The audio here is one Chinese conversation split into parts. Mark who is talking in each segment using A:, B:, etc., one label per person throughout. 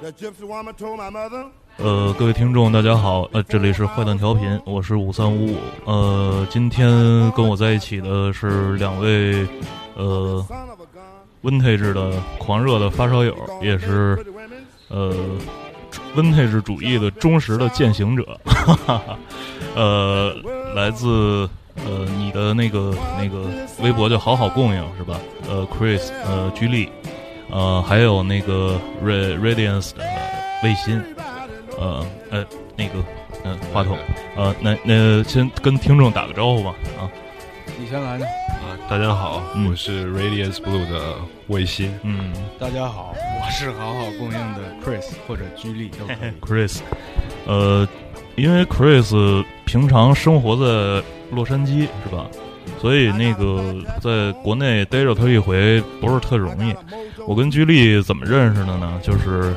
A: The gypsy woman told my mother.
B: 呃，各位听众，大家好，呃，这里是坏蛋调频，我是五三五五。呃，今天跟我在一起的是两位，呃
A: Son of a gun.
B: ，vintage 的狂热的发烧友，呃也是
A: Pretty women.
B: 呃，vintage 主义的忠实的践行者， 哈哈哈。呃，来自呃你的那个那个微博叫好好供应是吧？呃，Chris，呃，居丽，呃，还有那个 Ra- Radiance 的卫星，呃呃那个嗯、话筒，呃那那先跟听众打个招呼吧啊，
C: 你先来呢。
D: 啊，大家好，
B: 嗯
D: 我是 Radiance Blue 的卫星。
B: 嗯
C: 大家好，我是好好供应的 Chris 或者居力都可 以。
B: ，Chris，呃，因为 Chris 平常生活在洛杉矶是吧？所以那个在国内逮着他一回不是特容易。我跟居丽怎么认识的呢？就是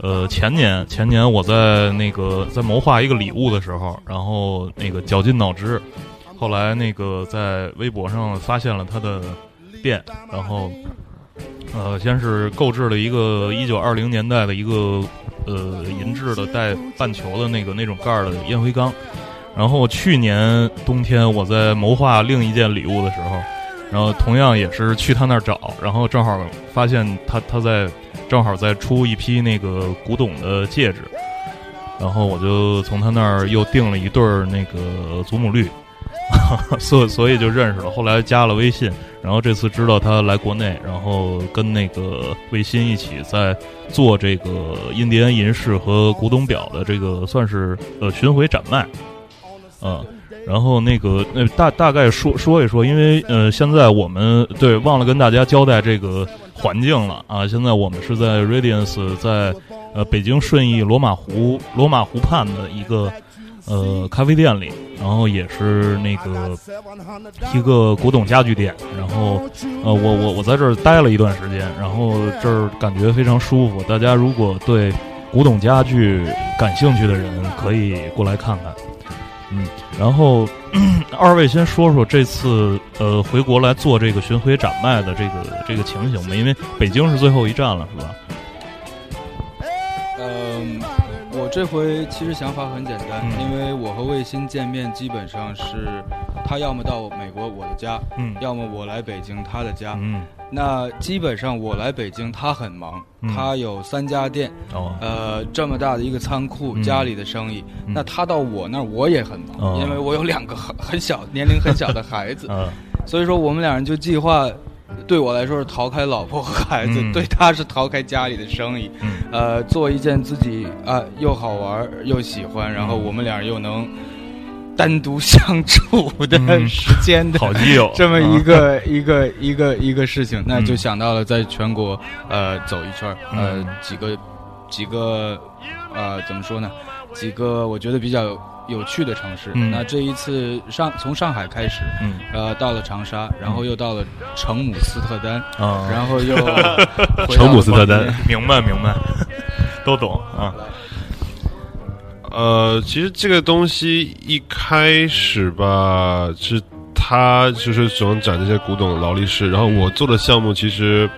B: 呃前年前年我在那个在谋划一个礼物的时候，然后那个绞尽脑汁，后来那个在微博上发现了他的店，然后呃先是购置了一个一九二零年代的一个呃银质的带半球的那个那种盖儿的烟灰缸，然后去年冬天我在谋划另一件礼物的时候。然后同样也是去他那儿找，然后正好发现他他在正好在出一批那个古董的戒指，然后我就从他那儿又订了一对儿那个祖母绿， 所所以就认识了，后来加了微信，然后这次知道他来国内，然后跟那个卫星一起在做这个印第安银饰和古董表的这个算是呃巡回展卖，嗯、然后那个，那大大概说说一说，因为呃，现在我们对忘了跟大家交代这个环境了啊。现在我们是在 Radiance 在呃北京顺义罗马湖罗马湖畔的一个呃咖啡店里，然后也是那个一个古董家具店，然后呃我我我在这儿待了一段时间，然后这儿感觉非常舒服。大家如果对古董家具感兴趣的人，可以过来看看。嗯然后 二位先说说这次呃回国来做这个巡回展卖的这个这个情形吧，因为北京是最后一站了，是吧？
C: 嗯，我这回其实想法很简单，
B: 嗯
C: 因为我和卫星见面基本上是他要么到美国我的家，
B: 嗯
C: 要么我来北京他的家。
B: 嗯
C: 那基本上我来北京，他很忙，
B: 嗯
C: 他有三家店，
B: 哦
C: 呃，这么大的一个仓库，
B: 嗯
C: 家里的生意。
B: 嗯
C: 那他到我那儿我也很忙，
B: 哦
C: 因为我有两个很很小年龄很小的孩子。
B: 呃
C: 所以说我们俩人就计划，对我来说是逃开老婆和孩子，
B: 嗯
C: 对他是逃开家里的生意，
B: 嗯
C: 呃，做一件自己啊、又好玩儿又喜欢，然后我们俩人又能单独相处的
B: 嗯
C: 时间 的。
B: 好基友
C: 这么一
B: 啊
C: 个、 一个一个一个事情，那就想到了在全国呃走一圈儿，
B: 嗯
C: 呃几个几个呃怎么说呢？几个我觉得比较有趣的城市。
B: 嗯
C: 那这一次上从上海开始，
B: 嗯
C: 呃，到了长沙，然后又到了成姆斯特丹，
B: 啊，
C: 然后又
D: 成姆斯特丹
B: 明白明白，都懂啊
D: 呃，其实这个东西一开始吧，是他就是主要展这些古董的劳力士，然后
B: 嗯
D: 我做的项目其实，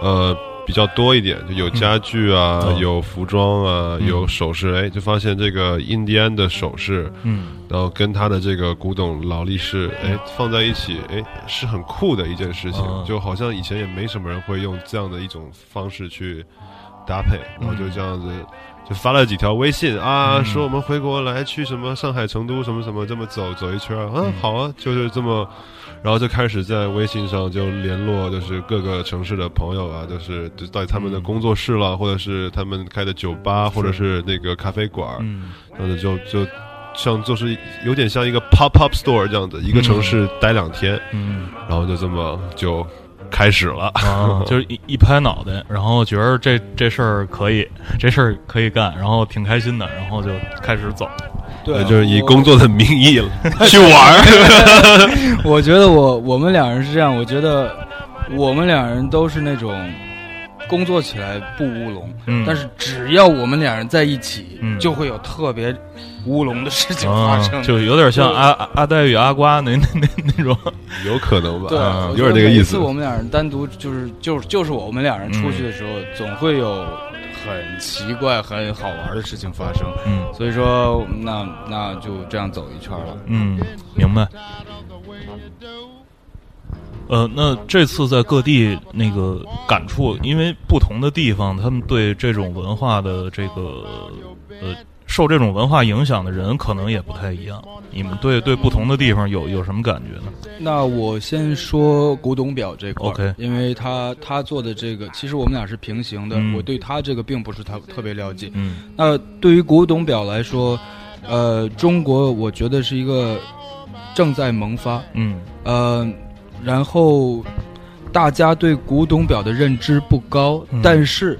D: 呃。比较多一点，就有家具啊，
B: 嗯
D: 有服装啊，
B: 嗯
D: 有首饰，哎，就发现这个印第安的首饰，
B: 嗯
D: 然后跟他的这个古董劳力士，哎，放在一起，哎，是很酷的一件事情，
B: 嗯
D: 就好像以前也没什么人会用这样的一种方式去搭配，然后就这样子。就发了几条微信啊，
B: 嗯
D: 说我们回国来去什么上海、成都什么什么，这么走走一圈啊，嗯
B: 嗯
D: 好啊，就是这么，然后就开始在微信上就联络，就是各个城市的朋友啊，就是就到底他们的
B: 嗯
D: 工作室了，或者是他们开的酒吧，或者是那个咖啡馆，
B: 嗯
D: 然后就就像就是有点像一个 pop up store 这样子，一个城市待两天，
B: 嗯
D: 然后就这么就开始了。
B: 啊， 就是一一拍脑袋，然后觉得这这事儿可以，这事儿可以干，然后挺开心的，然后就开始走，
C: 对，
D: 呃就是以
C: 我
D: 工。作的名义 去玩儿，
C: 我觉得我我们两人是这样，我觉得我们两人都是那种工作起来不乌龙，
B: 嗯，
C: 但是只要我们两人在一起，
B: 嗯
C: 就会有特别乌龙的事情发
B: 啊
C: 生。，
B: 就有点像阿阿阿呆与阿瓜那那那那种，
D: 有可能吧？
C: 对，
D: 啊
C: 我
D: 有
C: 觉
D: 点
C: 得
D: 那个
C: 每
D: 意
C: 次
D: 思。嗯
C: 我们两人单独就是就是就是我们两人出去的时候，总会有很奇怪、很好玩的事情发生。
B: 嗯
C: 所以说，那那就这样走一圈了。
B: 嗯，明白。呃，那这次在各地那个感触，因为不同的地方，他们对这种文化的这个呃，受这种文化影响的人可能也不太一样。你们对对不同的地方有有什么感觉呢？
C: 那我先说古董表这块儿
B: OK
C: 因为他他做的这个，其实我们俩是平行的，
B: 嗯
C: 我对他这个并不是特特别了解。
B: 嗯
C: 那对于古董表来说，呃，中国我觉得是一个正在萌发，
B: 嗯
C: 呃，然后大家对古董表的认知不高，
B: 嗯
C: 但是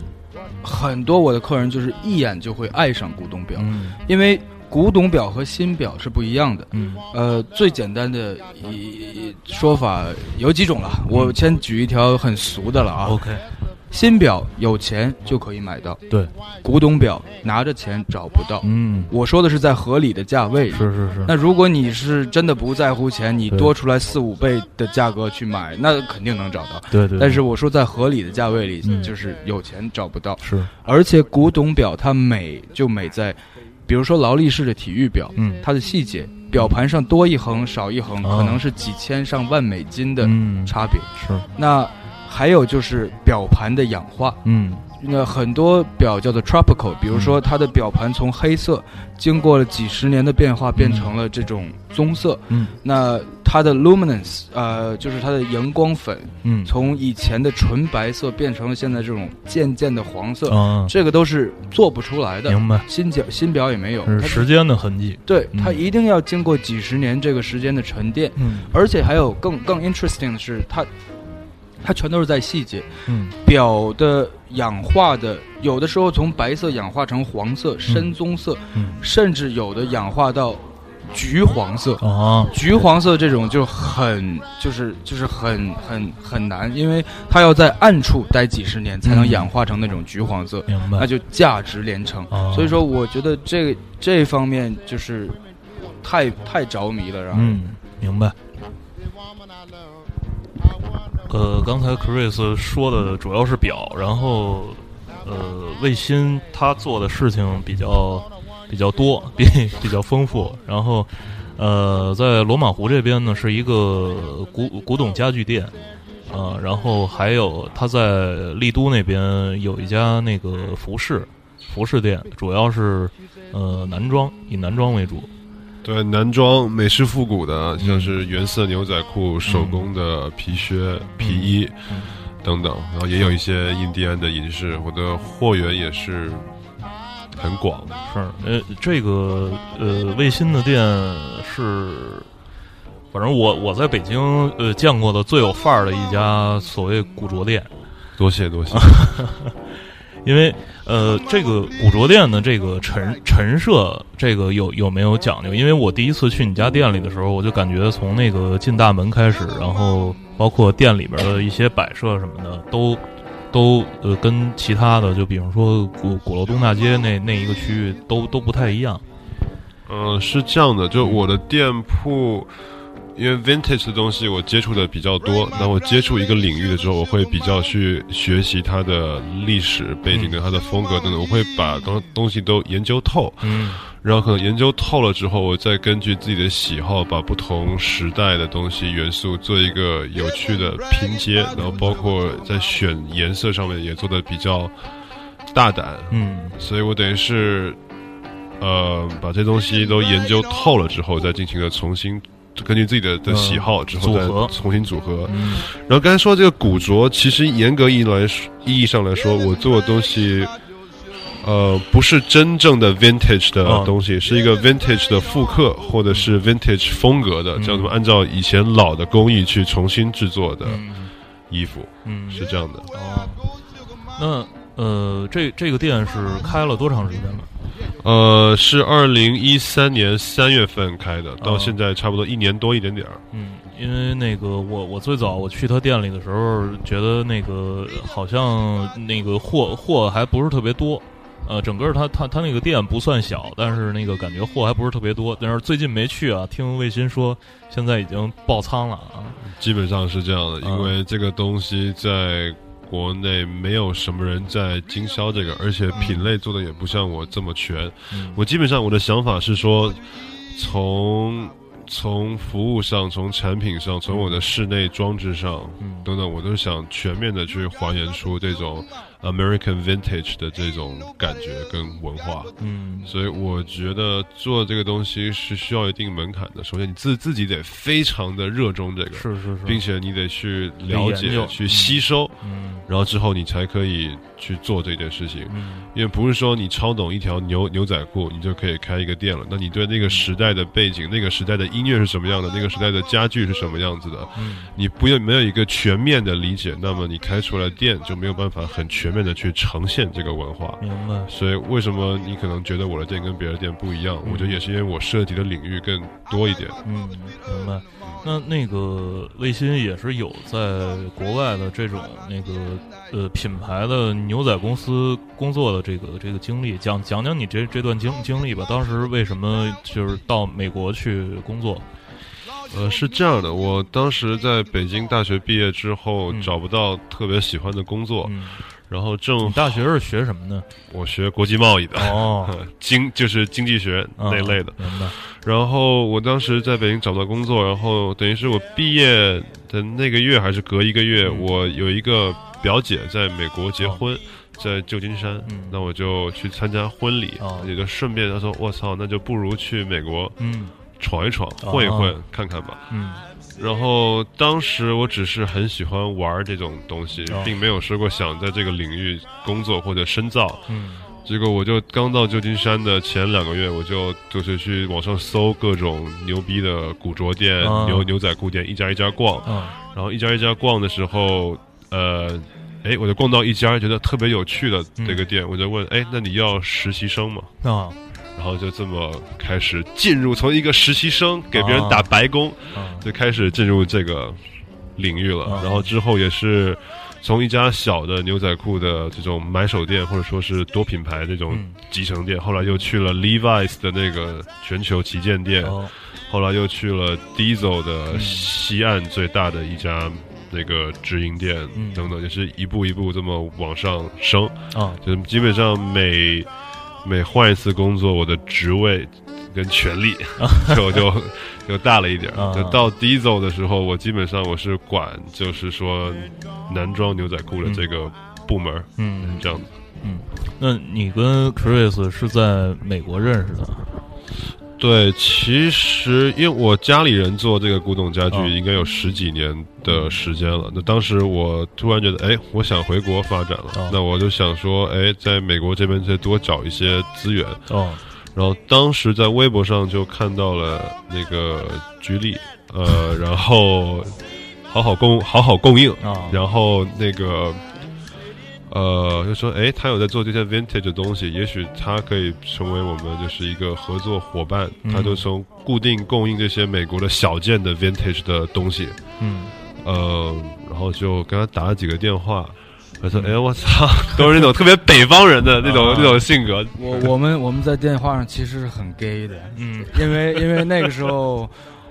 C: 很多我的客人就是一眼就会爱上古董表，
B: 嗯
C: 因为古董表和新表是不一样的。
B: 嗯
C: 呃，最简单的一说法有几种了，
B: 嗯
C: 我先举一条很俗的了啊。
B: ，OK，
C: 新表有钱就可以买到，
B: 对，
C: 古董表拿着钱找不到。
B: 嗯，
C: 我说的是在合理的价位。
B: 是是是，
C: 那如果你是真的不在乎钱，你
B: 对
C: 多出来四五倍的价格去买，那肯定能找到。
B: 对对，
C: 但是我说在合理的价位里，
B: 嗯
C: 就是有钱找不到。
B: 是，
C: 而且古董表它美就美在，比如说劳力士的体育表，
B: 嗯，
C: 它的细节，表盘上多一横少一横，
B: 哦
C: 可能是几千上万美金的
B: 嗯
C: 差别。
B: 是，
C: 那还有就是表盘的氧化，
B: 嗯
C: 那很多表叫做 tropical，比如说它的表盘从黑色经过了几十年的变化，变成了这种棕色。
B: 嗯
C: 那它的 luminance，呃，就是它的荧光粉，
B: 嗯，
C: 从以前的纯白色变成了现在这种渐渐的黄色，
B: 啊，
C: 这个都是做不出来的。
B: 明白，
C: 新表新表也没有，
B: 是
C: 它
B: 时间的痕迹。
C: 对
B: 嗯
C: 它一定要经过几十年这个时间的沉淀，
B: 嗯
C: 而且还有更更 interesting 的是，它它全都是在细节。
B: 嗯
C: 表的氧化的，有的时候从白色氧化成黄色、深棕色，
B: 嗯，
C: 甚至有的氧化到橘黄色。
B: 啊，
C: 橘黄色这种就很就是就是很很很难，因为它要在暗处待几十年才能
B: 嗯
C: 氧化成那种橘黄色，
B: 明
C: 那
B: 白。
C: 就价值连城。
B: 啊，
C: 所以，说，我觉得这这方面就是太太着迷了，然后
B: 嗯，明白。呃，刚才 Chris 说的主要是表，然后呃，卫星他做的事情比较比较多， 比比较丰富。然后呃，在罗马湖这边呢，是一个古古董家具店。啊、然后还有他在丽都那边有一家那个服饰服饰店，主要是呃男装，以男装为主。
D: 对，男装美式复古
B: 嗯
D: 的，像是原色牛仔裤、手工的皮靴、皮衣
B: 嗯
D: 等等，然后也有一些印第安的银饰，我的货源也是很广。
B: 是，呃，这个呃，卫新的店是，反正我我在北京呃见过的最有范儿的一家所谓古着店，
D: 多谢多谢，
B: 因为呃，这个古着店的这个陈陈设，这个有有没有讲究？因为我第一次去你家店里的时候，我就感觉从那个进大门开始，然后包括店里边的一些摆设什么的，都都呃跟其他的，就比方说鼓鼓楼东大街那那一个区域都都不太一样。
D: 嗯、是这样的，就我的店铺。因为 vintage 的东西我接触的比较多，那我接触一个领域的时候，我会比较去学习它的历史背景跟它的风格等等，我会把东东西都研究透。
B: 嗯
D: 然后可能研究透了之后，我再根据自己的喜好，把不同时代的东西元素做一个有趣的拼接，然后包括在选颜色上面也做的比较大胆，
B: 嗯。
D: 所以我等于是，呃，把这东西都研究透了之后，再进行了重新根据自己的的
B: 嗯
D: 喜好之后
B: 组
D: 再
B: 合
D: 重新组合。
B: 嗯
D: 然后刚才说这个古着，其实严格意义来说意义上来说，我做的东西，呃，不是真正的 vintage 的
B: 嗯
D: 东西，是一个 vintage 的复刻或者是 vintage 风格的，叫什么？按照以前老的工艺去重新制作的
B: 嗯
D: 衣服，
B: 嗯，
D: 是这样的。
B: 哦。那呃，这这个店是开了多长时间了？
D: 呃，是二零一三年三月份开的，到
B: 嗯
D: 现在差不多一年多一点点儿。
B: 嗯，因为那个我我最早我去他店里的时候，觉得那个好像那个货货还不是特别多。呃，整个他他他那个店不算小，但是那个感觉货还不是特别多。但是最近没去啊，听卫新说现在已经爆仓了啊。
D: 基本上是这样的，
B: 嗯
D: 因为这个东西在国内没有什么人在经销这个，而且品类做的也不像我这么全。
B: 嗯
D: 我基本上我的想法是说，从从服务上、从产品上、从我的室内装置上
B: 嗯
D: 等等，我都是想全面的去还原出这种 American Vintage 的这种感觉跟文化。
B: 嗯
D: 所以我觉得做这个东西是需要一定门槛的。首先你自自己得非常的热衷这个，
B: 是是是，
D: 并且你得去了
B: 嗯得研
D: 解
B: 究、
D: 去吸收，
B: 嗯
D: 然后之后你才可以去做这件事情。
B: 嗯
D: 因为不是说你超懂一条牛牛仔裤，你就可以开一个店了。那你对那个时代的背景、那个时代的音乐是什么样的，那个时代的家具是什么样子的，
B: 嗯
D: 你不有没有一个全面的理解，那么你开出来店就没有办法很全面的去呈现这个文化。
B: 明白
D: 所以为什么你可能觉得我的店跟别的店不一样？我觉得也是因为我涉及的领域更多一点。
B: 嗯明白。那那个卫星也是有在国外的这种那个呃品牌的牛仔公司工作的这个这个经历，讲讲讲你这这段经经历吧。当时为什么就是到美国去工作？
D: 呃，是这样的，我当时在北京大学毕业之后
B: 嗯
D: 找不到特别喜欢的工作，
B: 嗯，
D: 然后
B: 你
D: 正
B: 大学是学什么 的？
D: 我学国际贸易的。
B: 哦，
D: 经就是经济学那
B: 嗯
D: 类的，，
B: 明白。
D: 然后我当时在北京找不到工作，然后等于是我毕业的那个月还是隔一个月，
B: 嗯哦
D: 我有一个表姐在美国结婚，在旧金山，
B: 嗯
D: 那我就去参加婚礼，
B: 哦
D: 也就顺便她说我操，那就不如去美国
B: 嗯
D: 闯一闯，
B: 哦
D: 混一混，看看吧。
B: 嗯
D: 然后当时我只是很喜欢玩这种东西
B: 哦，
D: 并没有说过想在这个领域工作或者深造。
B: 嗯
D: 结果我就刚到旧金山的前两个月，我就就是去网上搜各种牛逼的古着店、
B: 啊
D: 牛牛仔裤店，一家一家逛。
B: 啊
D: 然后一家一家逛的时候，呃，哎，我就逛到一家觉得特别有趣的这个店，我就问，哎，那你要实习生吗？
B: 啊
D: 然后就这么开始进入，从一个实习生给别人打白工，
B: 啊
D: 就开始进入这个领域了。
B: 啊
D: 然后之后也是从一家小的牛仔裤的这种买手店，或者说是多品牌这种
B: 嗯
D: 集成店，后来又去了 Levi's 的那个全球旗舰店，
B: 哦
D: 后来又去了 Diesel 的
B: 嗯
D: 西岸最大的一家。那个直营店
B: 嗯
D: 等等，也是一步一步这么往上升，
B: 啊
D: 就是基本上每每换一次工作，我的职位跟权力 就就就大了一点儿。
B: 啊
D: 就到 Diesel 的时候，我基本上我是管，就是说男装牛仔裤的这个部门儿，
B: 嗯。
D: 这样子。
B: 那你跟 Chris 是在美国认识的？
D: 对，其实因为我家里人做这个古董家具
B: 啊，嗯
D: 应该有十几年的时间了。那当时我突然觉得，哎，我想回国发展
B: 啊
D: 了。那我就想说，哎，在美国这边再多找一些资源。
B: 哦，
D: 然后当时在微博上就看到了那个居里，呃，然后好好供好好供应，
B: 啊，
D: 然后那个呃就说，哎，他有在做这些 vintage 的东西，也许他可以成为我们就是一个合作伙伴，
B: 嗯
D: 他就从固定供应这些美国的小件的 vintage 的东西，
B: 嗯，
D: 呃，然后就跟他打了几个电话。他说：“
B: 嗯
D: 哎，我操， 都是那种特别北方人的那种
B: 啊
D: 那种性格，
C: 我我们我们在电话上其实是很 gay 的，
B: 嗯，
C: 因为因为那个时候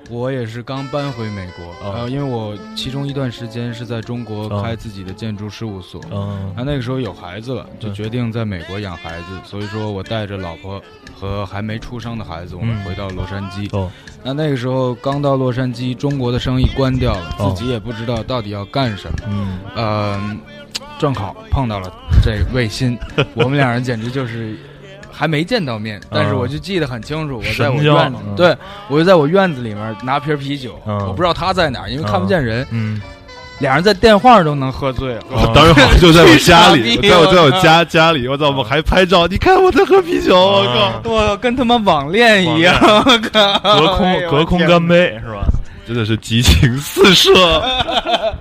C: 我也是刚搬回美国，
B: 哦
C: 然后因为我其中一段时间是在中国
B: 哦
C: 开自己的建筑事务所，
B: 嗯，
C: 啊，那个时候有孩子了，就
B: 嗯
C: 决定在美国养孩子，所以说我带着老婆和还没出生的孩子，我们
B: 嗯
C: 回到洛杉矶。
B: 哦，
C: 那那个时候刚到洛杉矶，中国的生意关掉了，
B: 哦
C: 自己也不知道到底要干什么。
B: 嗯，
C: 嗯，正好碰到了这个卫 星，我们两人简直就是还没见到
D: 嗯
C: 面，但是我就记得很清楚，我在我
B: 神交
C: 院子，
B: 嗯
C: 对我就在我院子里面拿瓶啤酒，
B: 嗯
C: 我不知道他在哪儿，因为看不见人，
B: 嗯，
C: 俩人在电话上都能喝醉了。
B: 哦
D: 当然好，就在我家
C: 傻逼
D: 里，在我在我家家里，我操，我们还拍照，你看我在喝啤酒，我
B: 啊
D: 靠，
C: 我跟他妈网恋一样，我靠！
B: 隔空
C: 哎呦
B: 隔空干。杯是 吧？
D: 真的是激情四射。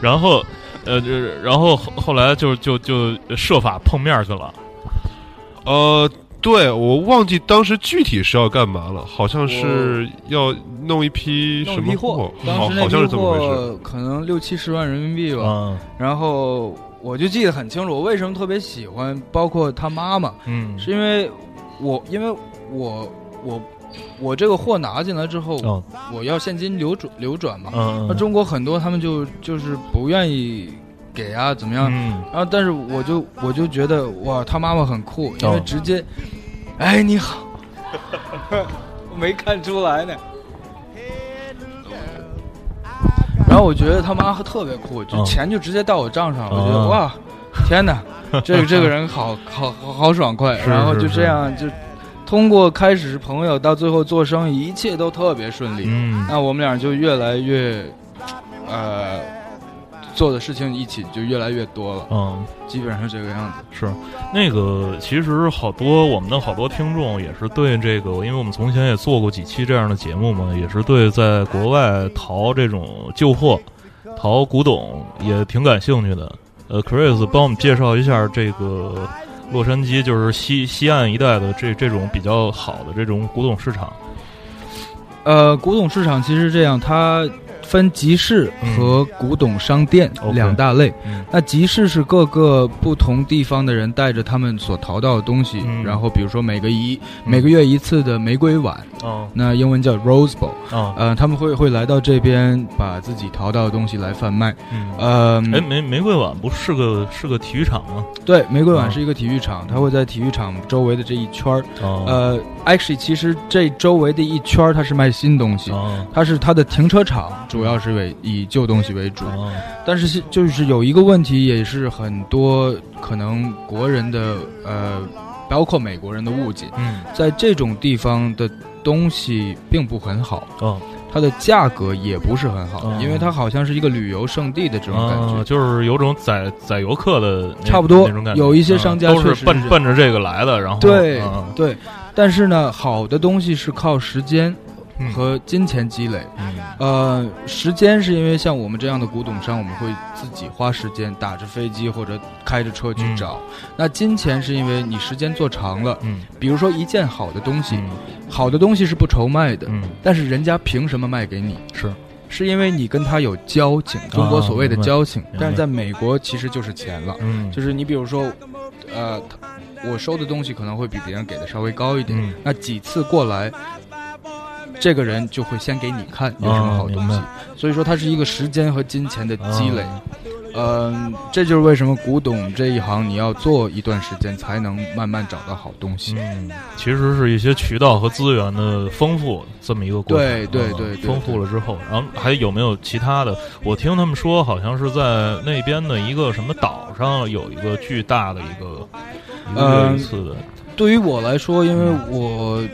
B: 然后，呃，就是然后后后来就就就设法碰面去了。
D: 呃，对我忘记当时具体是要干嘛了，好像是要弄一批
C: 弄
D: 什
C: 了批
D: 么
C: 货，当
D: 好
C: 时那
D: 好像是这么回事。
C: 批货可能六七十万人民币吧。
B: 嗯
C: 然后我就记得很清楚，我为什么特别喜欢，包括他妈妈，
B: 嗯，
C: 是因为我因为我我我这个货拿进来之后，
B: 哦，
C: 我要现金流转流转嘛。
B: 嗯，
C: 那中国很多他们就就是不愿意给啊，怎么样？
B: 嗯，
C: 然后但是我就我就觉得哇，他妈妈很酷，因为
B: 哦
C: 直接，哎你好，我 没看出来呢。然后我觉得他妈特别酷，就
B: 嗯
C: 钱就直接到我账上，我觉得
B: 哦
C: 哇，天 哪，这个这个人好好好好爽快。
B: 是
C: 然后就是这样就通过开始是朋友，到最后做生意，一切都特别顺利。
B: 嗯，
C: 那我们俩就越来越，呃，做的事情一起就越来越多了。
B: 嗯。
C: 基本上是这个样子。
B: 是，那个其实好多我们的好多听众也是对这个，因为我们从前也做过几期这样的节目嘛，也是对在国外淘这种旧货、淘古董也挺感兴趣的。呃，Chris 帮我们介绍一下这个洛杉矶，就是西西岸一带的这这种比较好的这种古董市场。
C: 呃，古董市场其实是这样，它分集市和古董商店
B: OK
C: 两大类。
B: 嗯
C: 那集市是各个不同地方的人带着他们所淘到的东西，
B: 嗯
C: 然后比如说每个一每个月一次的玫瑰碗，
B: 嗯
C: 那英文叫 Rose Bowl，
B: 嗯
C: 呃，他们会会来到这边把自己淘到的东西来贩卖。
B: 嗯，
C: 呃，
B: 哎，玫玫瑰碗不是个是个体育场吗？
C: 对，玫瑰碗
B: 嗯
C: 是一个体育场，它会在体育场周围的这一圈儿。
B: 哦
C: 呃，actually，其实这周围的一圈儿它是卖新东西，
B: 哦
C: 它是它的停车场嗯主要是为以旧东西为主，
B: 哦，
C: 但是是就是有一个问题，也是很多可能国人的呃，包括美国人的误解，
B: 嗯
C: 在这种地方的东西并不很好，
B: 哦，
C: 它的价格也不是很好，
B: 哦
C: 因为它好像是一个旅游胜地的这种感
B: 啊，
C: 觉。
B: 就是有种宰宰游客的那
C: 差不多
B: 那种感觉。
C: 有一些商家
B: 嗯
C: 确
B: 都
C: 实
B: 是奔
C: 是
B: 奔着这个来的，然后
C: 对、
B: 嗯
C: 对，但是呢，好的东西是靠时间
B: 嗯
C: 和金钱积累。
B: 嗯
C: 呃，时间是因为像我们这样的古董商，我们会自己花时间打着飞机或者开着车去
B: 嗯
C: 找。那金钱是因为你时间做长了，
B: 嗯
C: 比如说一件好的东西，
B: 嗯
C: 好的东西是不愁卖的，
B: 嗯，
C: 但是人家凭什么卖给你？
B: 是啊
C: 是因为你跟他有交情，中国所谓的
B: 明白
C: 交情，
B: 白
C: 但是在美国其实就是钱了。
B: 嗯
C: 就是你比如说，呃，他我收的东西可能会比别人给的稍微高一点，
B: 嗯
C: 那几次过来，这个人就会先给你看有什么好东
B: 啊明
C: 西，
B: 白
C: 所以说它是一个时间和金钱的积累。
B: 啊
C: 嗯、这就是为什么古董这一行你要做一段时间才能慢慢找到好东西。
B: 嗯，其实是一些渠道和资源的丰富这么一个过程。
C: 对对
B: 嗯
C: 对对
B: 丰富了之后，然后还有没有其他的？我听他们说，好像是在那边的一个什么岛上有一个巨大的一个一个
C: 嗯
B: 月一次的，
C: 对于我来说，因为我
B: 嗯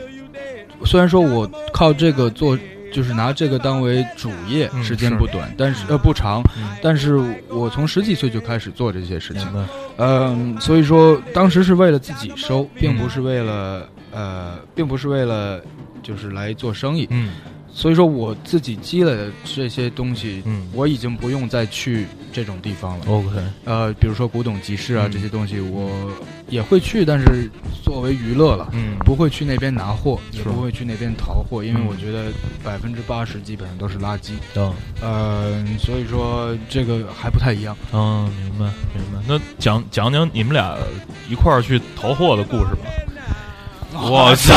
C: 虽然说我靠这个做，就是拿这个当为主业，
B: 嗯
C: 时间
B: 是
C: 不短，但是呃不长，
B: 嗯
C: 但是我从十几岁就开始做这些事情
B: 明，白？
C: 嗯，所以说当时是为了自己收，并
B: 嗯
C: 不是为了呃，并不是为了就是来做生意，
B: 嗯
C: 所以说我自己积累的这些东西。
B: 嗯
C: 我已经不用再去这种地方了，
B: ，OK，
C: 呃，比如说古董集市啊
B: 嗯
C: 这些东西，我也会去，但是作为娱乐了，
B: 嗯，
C: 不会去那边拿货，也
B: 是
C: 不会去那边淘货，因为
B: 嗯
C: 我觉得百分之八十基本上都是垃圾。
B: 嗯。
C: 呃，所以说这个还不太一 样。
B: 嗯，明白明白。那讲讲讲你们俩一块儿去淘货的故事吧。我操！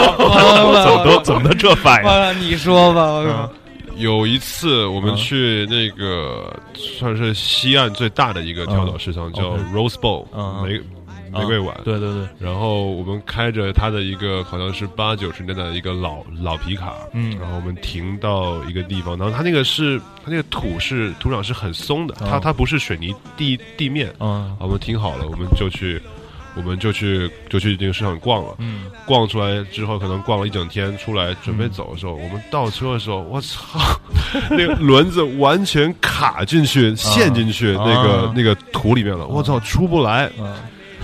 B: 怎么 都怎么都这反应？
C: 了，你说吧，
B: 嗯
D: 有一次我们
B: 嗯
D: 去那个算是西岸最大的一个跳蚤市场，叫
B: OK
D: Rose Bowl
B: 嗯嗯
D: 玫玫瑰碗。
B: 嗯对对对，
D: 然后我们开着它的一个好像是八九十年代的一个老老皮卡，
B: 嗯
D: 然后我们停到一个地方，然后它那个是它那个土是土壤是很松的，
B: 哦
D: 它它不是水泥地地面。
B: 嗯
D: 啊我们停好了，我们就去，我们就去就去这个市场逛了。
B: 嗯，
D: 逛出来之后，可能逛了一整天，出来准备走的时候，我们倒车的时候，我操， 那个轮子完全卡进去、陷进去
B: 啊
D: 那个
B: 啊
D: 那个土里面了，我操，出不来。
B: 嗯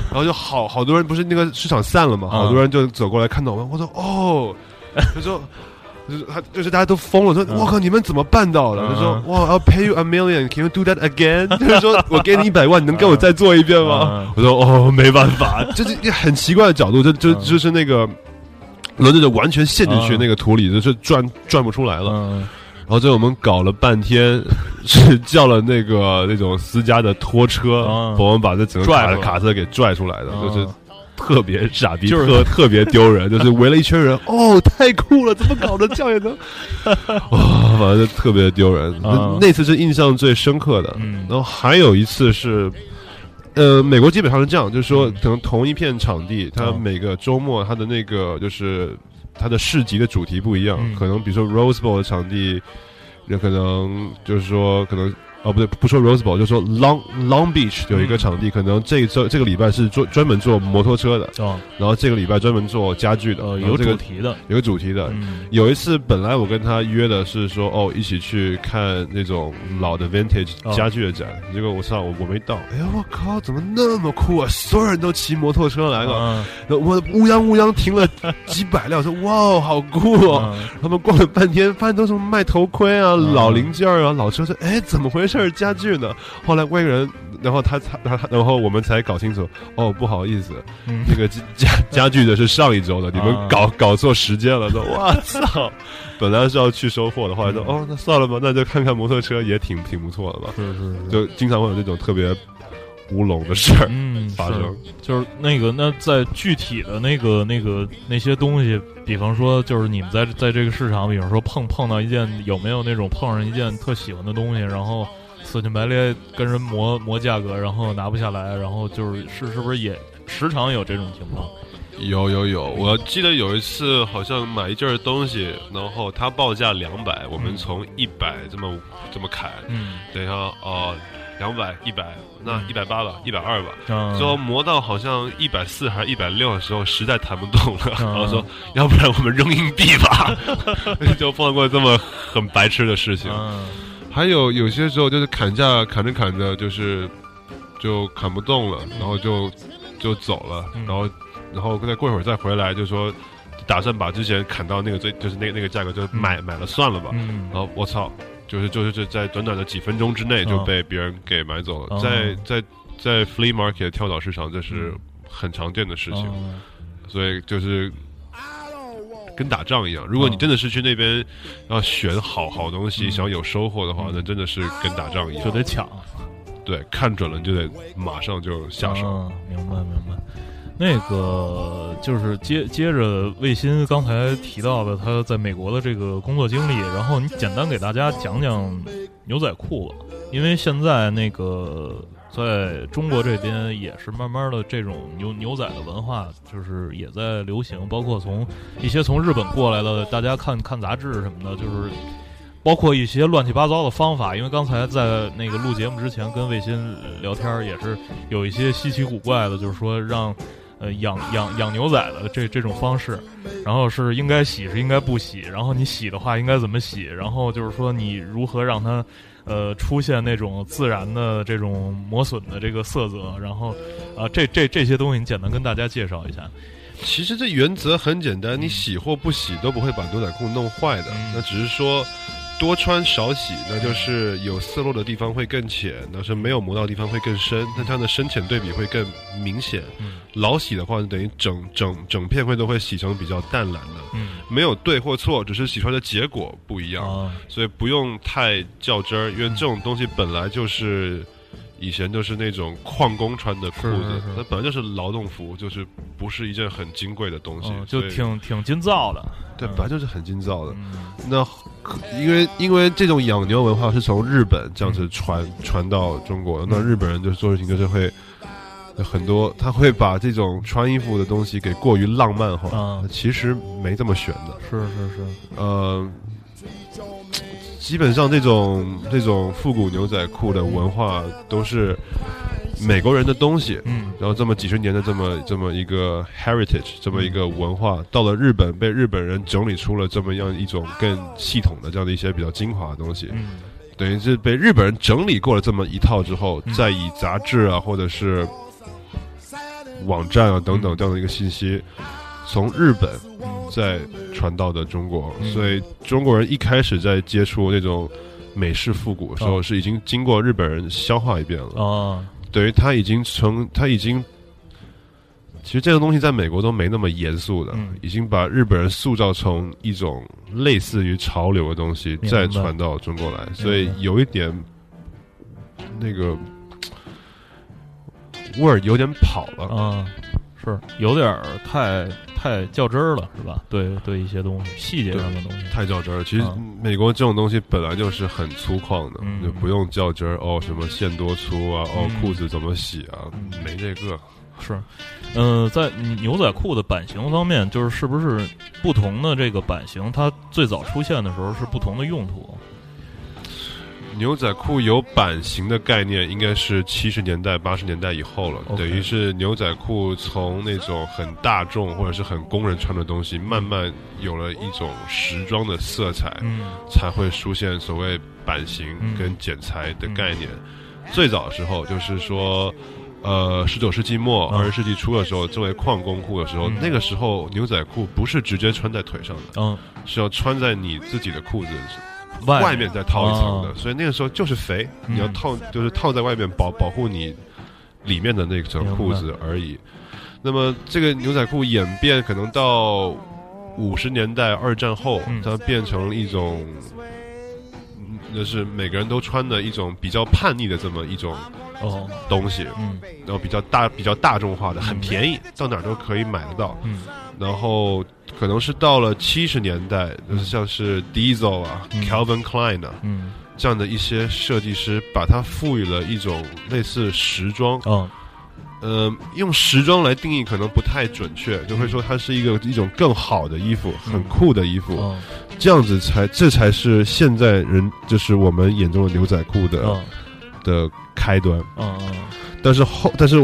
D: 然后就好好多人不是那个市场散了嘛，
B: 啊
D: 好多人就走过来看到我们，我说哦，他说。就是他，就是大家都疯了，说
B: 嗯
D: 我靠，你们怎么办到的？
B: 嗯
D: 他说哇，I'll pay you a million，can you do that again？就是 说我给你一百万，你能跟我再做一遍吗
B: 嗯？
D: 我说哦，没办法，就是一个很奇怪的角度，就就
B: 嗯
D: 就是那个轮子就完全陷进去
B: 嗯
D: 那个土里，就是转转不出来了。
B: 嗯
D: 然后最后我们搞了半天， 是叫了那个那种私家的拖车
B: 嗯，
D: 把我们把这整个
B: 拽
D: 卡
B: 出来
D: 卡车给拽出来的，就是
B: 嗯
D: 特别傻逼，
B: 就是
D: 特特别 丢人，就是围了一圈人，哦，太酷了，怎么搞的，教也能，哇，反正就特别丢人。
B: 啊
D: 那那次是印象最深刻的，
B: 嗯
D: 然后还有一次是，呃，美国基本上是这样，就是说，可能同一片场地，它
B: 嗯
D: 每个周末它的那个就是它的市集的主题不一样，
B: 嗯
D: 可能比如说 Rose Bowl 的场地，也可能就是说可能。哦，不对，不说 Rose Bowl，就说 Long Long Beach 有一个
B: 嗯
D: 场地，可能这一周这个礼拜是做专门做摩托车的，
B: 哦，
D: 然后这个礼拜专门做家具的，
B: 呃，
D: 然
B: 有
D: 后这
B: 主
D: 个
B: 题的，
D: 有个主题的，
B: 嗯
D: 有一次，本来我跟他约的是说，哦，一起去看那种老的 vintage
B: 哦
D: 家具的展。结果我操，我我没到。哎呀，我靠，怎么那么酷啊！所有人都骑摩托车来了，
B: 嗯
D: 然后我乌泱乌泱停了几百辆，说哇，好酷哦！
B: 嗯
D: 他们逛了半天，发现都是卖头盔啊、
B: 嗯
D: 老零件啊、老车车。哎，怎么回事儿？家具呢？后来外国人，然后他他他，然后我们才搞清楚，哦，不好意思，
B: 嗯
D: 那个家家家具的是上一周的，你
B: 啊
D: 们搞搞错时间了都， 我操！本来是要去收货的，后来说
B: 嗯
D: 哦，那算了吧，那就看看摩托车也挺挺不错的吧，
B: 是是是，
D: 就经常会有这种特别乌龙的事儿
B: 嗯，
D: 发
B: 是
D: 生。
B: 就是那个，那在具体的那个、那个那些东西，比方说，就是你们在在这个市场，比方说碰碰到一件，有没有那种碰上一件特喜欢的东西，然后死乞白咧跟人磨磨价格，然后拿不下来，然后就是是是不是也时常有这种情况？
D: 有有有，我记得有一次好像买一件东西，然后他报价两百，我
B: 嗯
D: 们从一百这么这么砍，
B: 嗯，
D: 等一下哦，两百一百，那
B: 嗯
D: 一百八吧，一百二吧，
B: 嗯
D: 最后磨到好像一百四还是一百六的时候，实在弹不动了，
B: 嗯
D: 然后说，要不然我们扔硬币吧， 就碰过这么很白痴的事情。
B: 嗯
D: 还有有些时候就是砍价砍着砍着就是就砍不动了，然后就就走了，
B: 嗯
D: 然后然后再过一会儿再回来，就说打算把之前砍到那个最就是那那个价格就买、买了算了吧，
B: 嗯
D: 然后我操，就是就是就在短短的几分钟之内就
B: 嗯
D: 被别人给买走了，
B: 嗯
D: 在在在 flea market 跳蚤市场这是
B: 嗯
D: 很常见的事情，
B: 嗯
D: 所以就是跟
A: 跟
D: 打仗一样。如果你
B: 嗯
D: 真的是去那边要选好好东西，
B: 嗯
D: 想有收获的话
B: 嗯，
D: 那真的是跟打仗一
B: 就
D: 样。
B: 得抢
D: 对，看准了你就得马上就下手。
B: 嗯明白明白。那个就是接接着卫新刚才提到的他在美国的这个工作经历，然后你简单给大家讲讲牛仔裤吧，因为现在那个在中国这边也是慢慢的这种牛牛仔的文化就是也在流行，包括从一些从日本过来的，大家看看杂志什么的，就是包括一些乱七八糟的方法。因为刚才在那个录节目之前跟卫鑫聊天儿，也是有一些稀奇古怪的，就是说让呃养养养牛仔的这这种方式，然后是应该洗是应该不洗，然后你洗的话应该怎么洗，然后就是说你如何让它。呃，出现那种自然的这种磨损的这个色泽，然后，啊、这这这些东西，你简单跟大家介绍一下。
D: 其实这原则很简单，你洗或不洗都不会把牛仔裤弄坏的
B: 嗯。
D: 那只是说多穿少洗，那就是有色落的地方会更浅，那是没有磨到的地方会更深，那这样的深浅对比会更明显。
B: 嗯
D: 老洗的话，等于整整整片会都会洗成比较淡蓝的。
B: 嗯
D: 没有对或错，只是洗出来的结果不一样，
B: 啊，
D: 所以不用太较真儿，因为这种东西本来就是以前就是那种矿工穿的裤
B: 是
D: 子
B: 是是，
D: 它本来就是劳动服，就是不是一件很金贵的东西，
B: 嗯，就
D: 所以
B: 挺挺劲造的。
D: 对
B: 嗯，
D: 本来就是很金造的。
B: 嗯
D: 那可因为因为这种养牛文化是从日本这样子传、
B: 嗯
D: 传到中国的，那日本人就是做事情就是会很多，他会把这种穿衣服的东西给过于浪漫化，
B: 啊
D: 其实没这么悬的。
B: 是是是，
D: 呃，基本上这种这种复古牛仔裤的文化都是美国人的东西，
B: 嗯
D: 然后这么几十年的这么这么一个 heritage，这么一个文化，到了日本被日本人整理出了这么样一种更系统的这样的一些比较精华的东西，
B: 嗯
D: 等于是被日本人整理过了这么一套之后
B: 嗯，
D: 再以杂志啊或者是网站啊等等这样的一个信息，从日本
B: 嗯
D: 再传到的中国，
B: 嗯
D: 所以中国人一开始在接触那种美式复古的时候，
B: 哦
D: 是已经经过日本人消化一遍了。
B: 啊，
D: 等于他已经成，他已经，其实这个东西在美国都没那么严肃的，
B: 嗯
D: 已经把日本人塑造成一种类似于潮流的东西，
B: 白
D: 再传到中国来，所以有一点那个味儿有点跑了。
B: 哦啊，是有点儿太太较真儿了，是吧？对对，一些东西细节上的东西，
D: 太较真儿。其实
B: 啊
D: 美国这种东西本来就是很粗犷的，
B: 嗯
D: 就不用较真儿。哦，什么线多粗啊？哦，
B: 嗯
D: 裤子怎么洗啊
B: 嗯？
D: 没这个。
B: 是，呃，在牛仔裤的版型方面，就是是不是不同的这个版型，它最早出现的时候是不同的用途，
D: 牛仔裤有版型的概念，应该是七十年代、八十年代以后了
B: OK
D: 等于是牛仔裤从那种很大众或者是很工人穿的东西，慢慢有了一种时装的色彩，
B: 嗯
D: 才会出现所谓版型
B: 嗯
D: 跟剪裁的概念。最早的时候，就是说，呃，十九世纪末、
B: 嗯
D: 二十世纪初的时候，作为矿工裤的时候，
B: 嗯
D: 那个时候牛仔裤不是直接穿在腿上的，
B: 嗯，
D: 是要穿在你自己的裤子
B: 外
D: 外面再套一层的，
B: 哦
D: 所以那个时候就是肥，
B: 嗯
D: 你要套就是套在外面保保护你里面的那层裤子而已。那么这个牛仔裤演变可能到五十年代二战后，
B: 嗯
D: 它变成了一种，嗯就是每个人都穿的一种比较叛逆的这么一种
B: 哦，
D: 东西，
B: 嗯
D: 然后比较大比较大众化的，很便宜，到哪儿都可以买得到。
B: 嗯
D: 然后可能是到了七十年代，就是像是 Diesel 啊、
B: 嗯
D: Calvin Klein 啊，
B: 嗯
D: 这样的一些设计师，把它赋予了一种类似时装，
B: 哦，
D: 呃，用时装来定义可能不太准确，就会说它是一个一种更好的衣服，
B: 嗯
D: 很酷的衣服，
B: 哦
D: 这样子才这才是现在人就是我们眼中的牛仔裤的
B: 哦
D: 的开端。
B: 哦哦，
D: 但是后，但是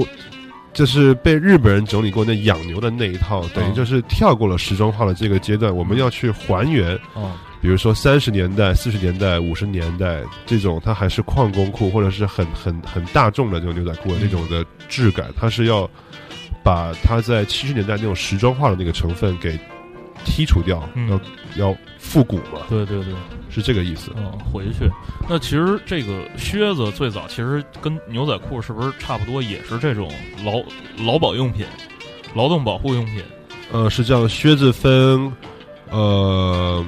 D: 就是被日本人整理过那养牛的那一套，等于
B: 嗯
D: 就是跳过了时装化的这个阶段，我们要去还原
B: 哦
D: 比如说三十年代、四十年代、五十年代这种，它还是矿工裤或者是很很很大众的这种牛仔裤的
B: 嗯
D: 这种的质感，它是要把它在七十年代那种时装化的那个成分给剔除掉，
B: 嗯
D: 要要复古嘛，
B: 对对对。
D: 是这个意思。
B: 嗯，回去。那其实这个靴子最早其实跟牛仔裤是不是差不多，也是这种劳劳保用品、劳动保护用品？
D: 呃，是这样，靴子分呃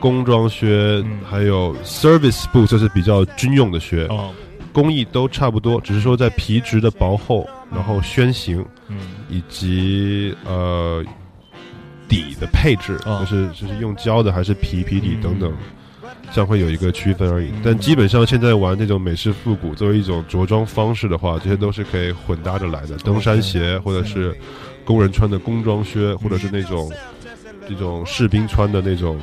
D: 工装靴，
B: 嗯
D: 还有 service boot，就是比较军用的靴，
B: 哦，
D: 工艺都差不多，只是说在皮质的薄厚，然后楦型。
B: 嗯
D: 以及呃底的配置，
B: 啊
D: 就是就是用胶的还是皮皮底
B: 嗯
D: 等等，这样会有一个区分而已
B: 嗯。
D: 但基本上现在玩这种美式复古作为一种着装方式的话，这些都是可以混搭着来的。登山鞋，或者是工人穿的工装靴，或者是那种
B: 嗯
D: 这种士兵穿的那种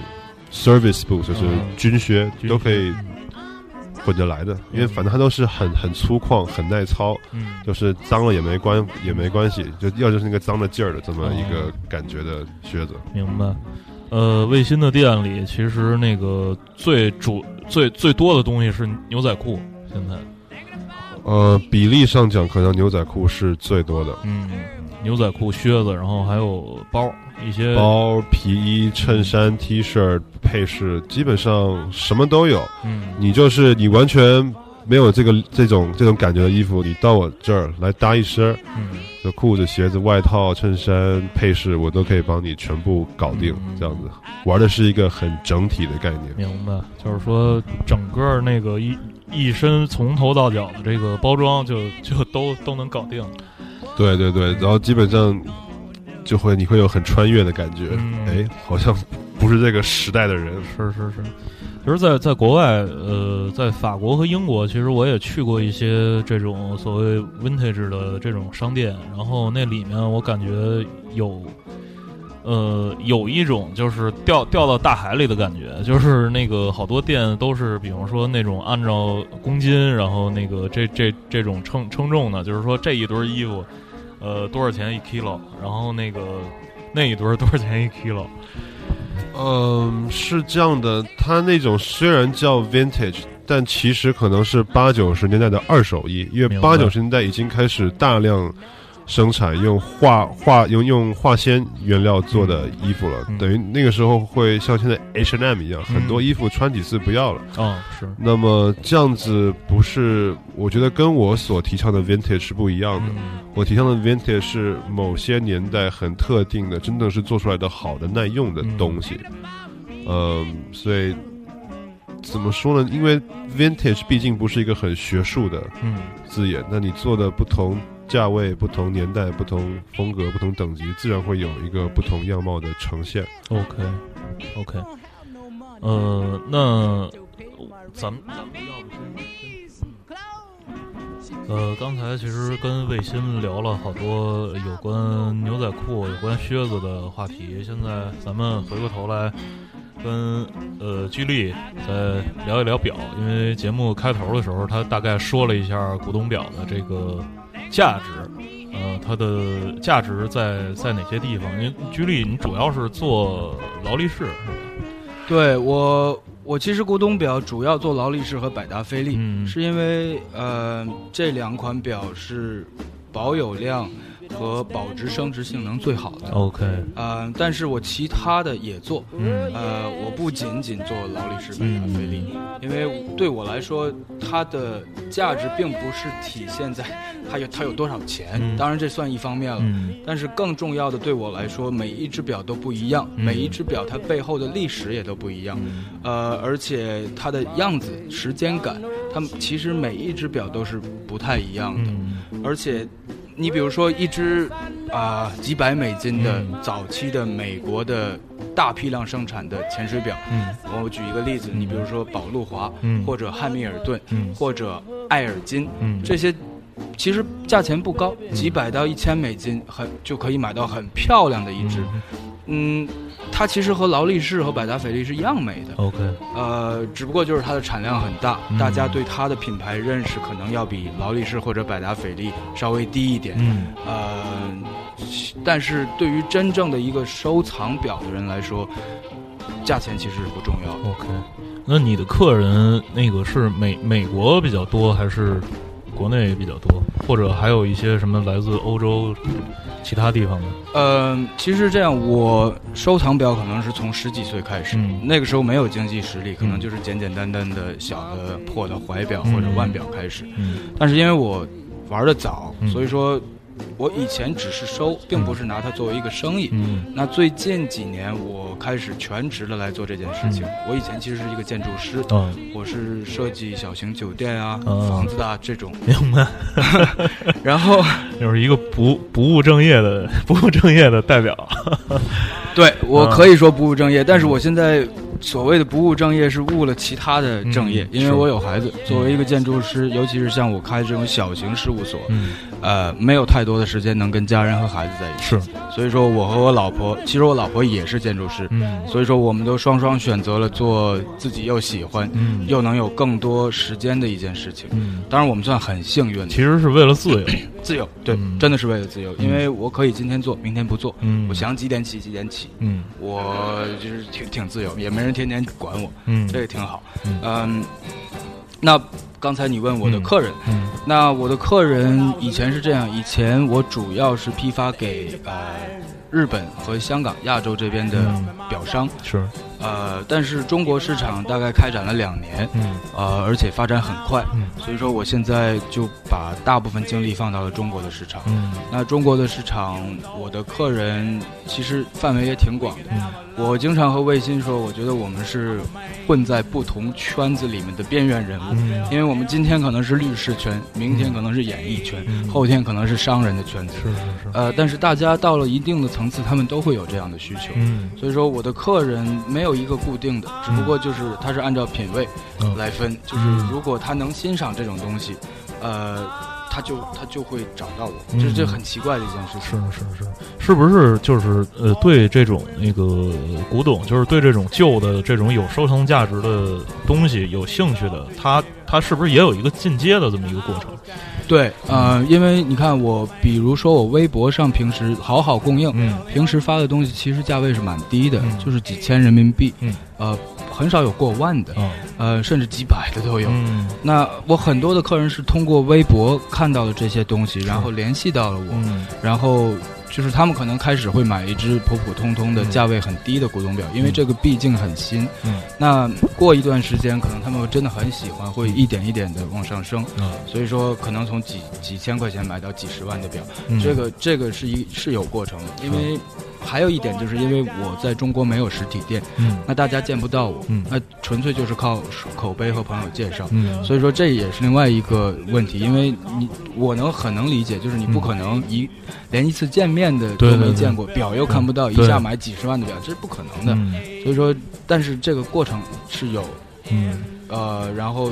D: service boot，就是
B: 嗯
D: 军靴，
B: 军靴
D: 都可以。混着来的，因为反正它都是很很粗犷、很耐操，
B: 嗯，
D: 就是脏了也没关也没关系，就要就是那个脏的劲儿的这么一个感觉的靴子。
B: 明白。呃，卫星的店里其实那个最主最最多的东西是牛仔裤，现在
D: 呃，比例上讲，可能牛仔裤是最多的，
B: 嗯，牛仔裤、靴子，然后还有包一些
D: 包、皮衣、衬衫、T 恤、配饰，基本上什么都有。
B: 嗯
D: 你就是你完全没有这个这种这种感觉的衣服，你到我这儿来搭一身儿，
B: 嗯
D: 就裤子、鞋子、外套、衬衫、配饰，我都可以帮你全部搞定。
B: 嗯
D: 这样子玩的是一个很整体的概念。
B: 明白，就是说整个那个一一身从头到脚的这个包装就，就都都能搞定。
D: 对对对，然后基本上就会你会有很穿越的感觉，
B: 嗯
D: 哎、好像不是这个时代的人。
B: 是是是，其实在，在国外，呃，在法国和英国，其实我也去过一些这种所谓 vintage 的这种商店，然后那里面我感觉有，呃，有一种就是掉掉到大海里的感觉，就是那个好多店都是，比方说那种按照公斤，然后那个这这这种称称重的，就是说这一堆衣服，呃，多少钱一 kilo，然后那个那一堆儿多少钱一 kilo，
D: 嗯，是这样的，它那种虽然叫 vintage，但其实可能是八九十年代的二手衣，因为
B: 明白
D: 八九十年代已经开始大量生产用化化用用化纤原料做的衣服了，
B: 嗯
D: 等于那个时候会像现在 H&M 一样，
B: 嗯
D: 很多衣服穿几次不要了。
B: 哦，是。
D: 那么这样子不是，我觉得跟我所提倡的 vintage 是不一样的。
B: 嗯
D: 我提倡的 vintage 是某些年代很特定的，真的是做出来的好的、耐用的东西。嗯、所以怎么说呢？因为 vintage 毕竟不是一个很学术的
B: 嗯
D: 字眼，那你做的不同价位、不同年代、不同风格、不同等级，自然会有一个不同样貌的呈现。
B: OK OK，呃，那咱们咱们要不先呃，刚才其实跟卫星聊了好多有关牛仔裤、有关靴子的话题，现在咱们回过头来跟呃居力再聊一聊表，因为节目开头的时候他大概说了一下古董表的这个价值。呃，它的价值在在哪些地方？因为居力，你主要是做劳力士，
C: 对我，我其实古董表主要做劳力士和百达翡丽，
B: 嗯
C: 是因为呃这两款表是保有量和保值升值性能最好的。
B: OK，
C: 呃，但是我其他的也做，
B: 嗯
C: 呃，我不仅仅做劳力士百达翡丽，
B: 嗯
C: 因为对我来说，它的价值并不是体现在它有它有多少钱，
B: 嗯
C: 当然这算一方面了。
B: 嗯
C: 但是更重要的，对我来说，每一只表都不一样，
B: 嗯
C: 每一只表它背后的历史也都不一样，呃，而且它的样子、时间感，它们其实每一只表都是不太一样的。
B: 嗯
C: 而且，你比如说一只啊、几百美金的
B: 嗯
C: 早期的美国的大批量生产的潜水表，
B: 嗯
C: 我举一个例子，你比如说宝路华，
B: 嗯
C: 或者汉密尔顿，
B: 嗯
C: 或者艾尔金，
B: 嗯，
C: 这些其实价钱不高，几百到一千美金很就可以买到很漂亮的一只。嗯，它其实和劳力士和百达翡丽是一样美的，
B: OK，
C: 呃，只不过就是它的产量很大，
B: 嗯
C: 大家对它的品牌认识可能要比劳力士或者百达翡丽稍微低一点。
B: 嗯
C: 呃，但是对于真正的一个收藏表的人来说，价钱其实是不重要的。
B: OK，那你的客人那个是美美国比较多还是？国内比较多，或者还有一些什么来自欧洲其他地方的。
C: 嗯，其实这样，我收藏表可能是从十几岁开始，
B: 嗯
C: 那个时候没有经济实力，可能
B: 嗯
C: 就是简简单单的小的破的怀表
B: 嗯
C: 或者腕表开始。
B: 嗯
C: 但是因为我玩的早，
B: 嗯
C: 所以说我以前只是收，并不是拿它作为一个生意。
B: 嗯
C: 那最近几年，我开始全职的来做这件事
B: 嗯
C: 情。我以前其实是一个建筑师，
B: 啊，
C: 我是设计小型酒店啊、
B: 哦
C: 房子啊这种。
B: 明白，
C: 然后
B: 就是一个不不务正业的 不务正业的代表。
C: 对我
B: 嗯
C: 可以说不务正业，但是我现在所谓的不务正业是误了其他的正业
B: 嗯，
C: 因为
B: 是
C: 我有孩子。作为一个建筑师，尤其是像我开这种小型事务所，
B: 嗯，
C: 呃，没有太多的时间能跟家人和孩子在一起。
B: 是，
C: 所以说，我和我老婆，其实我老婆也是建筑师，
B: 嗯
C: 所以说我们都双双选择了做自己又喜欢
B: 嗯
C: 又能有更多时间的一件事情。
B: 嗯。
C: 当然，我们算很幸运的，
B: 其实是为了自 由。
C: 自由，对
B: 嗯，
C: 真的是为了自由，因为我可以今天做，明天不做，
B: 嗯
C: 我，想几点起几点起，
B: 嗯
C: 我就是挺挺自由，也没人天天管我，
B: 嗯，
C: 这个挺好。
B: 嗯
C: 嗯，那刚才你问我的客人，
B: 嗯
C: 那我的客人以前是这样，以前我主要是批发给呃日本和香港、亚洲这边的
B: 嗯
C: 表商，
B: 是，
C: 呃，但是中国市场大概开展了两年，
B: 嗯
C: 呃，而且发展很快，
B: 嗯
C: 所以说我现在就把大部分精力放到了中国的市场。
B: 嗯
C: 那中国的市场，我的客人其实范围也挺广的。
B: 嗯
C: 我经常和卫星说，我觉得我们是混在不同圈子里面的边缘人物，
B: 嗯，
C: 因为我们今天可能是律师圈，明天可能是演艺圈，
B: 嗯
C: 后天可能是商人的圈子。
B: 是是是，
C: 呃，但是大家到了一定的层次，他们都会有这样的需求。
B: 嗯
C: 所以说，我的客人没有一个固定的，只不过就是他是按照品味
B: 嗯
C: 来分，就是如果他能欣赏这种东西，呃，他就他就会找到我，
B: 嗯
C: 这这很奇怪的一件事
B: 是
C: 情。
B: 是是，是不是就是呃，对这种那个古董，就是对这种旧的这种有收藏价值的东西有兴趣的，他他是不是也有一个进阶的这么一个过程？
C: 对，呃，因为你看我，比如说我微博上平时好好供应，
B: 嗯
C: 平时发的东西其实价位是蛮低的，
B: 嗯
C: 就是几千人民币，
B: 嗯
C: 呃，很少有过万的，
B: 啊
C: 呃，甚至几百的都有。
B: 嗯
C: 那我很多的客人是通过微博看到了这些东西，然后联系到了我，
B: 嗯
C: 然后就是他们可能开始会买一只普普通通的、
B: 嗯
C: 价位很低的古董表，因为
B: 嗯
C: 这个毕竟很新。
B: 嗯
C: 那过一段时间，可能他们真的很喜欢，会一点一点的往上升。
B: 啊，
C: 所以说，可能从
B: 嗯
C: 几几千块钱买到几十万的表，这个这个是一是有过程的，因为还有一点就是因为我在中国没有实体店，
B: 嗯
C: 那大家见不到我，
B: 嗯
C: 那纯粹就是靠口碑和朋友介绍。
B: 嗯
C: 所以说这也是另外一个问题，因为你我能很能理解，就是你不可能一、连一次见面的
B: 对对
C: 都没
B: 对
C: 见过，表又看不到，
B: 对
C: 一下买几十万的表，这是不可能的。
B: 嗯
C: 所以说，但是这个过程是有
B: 嗯，
C: 呃，然后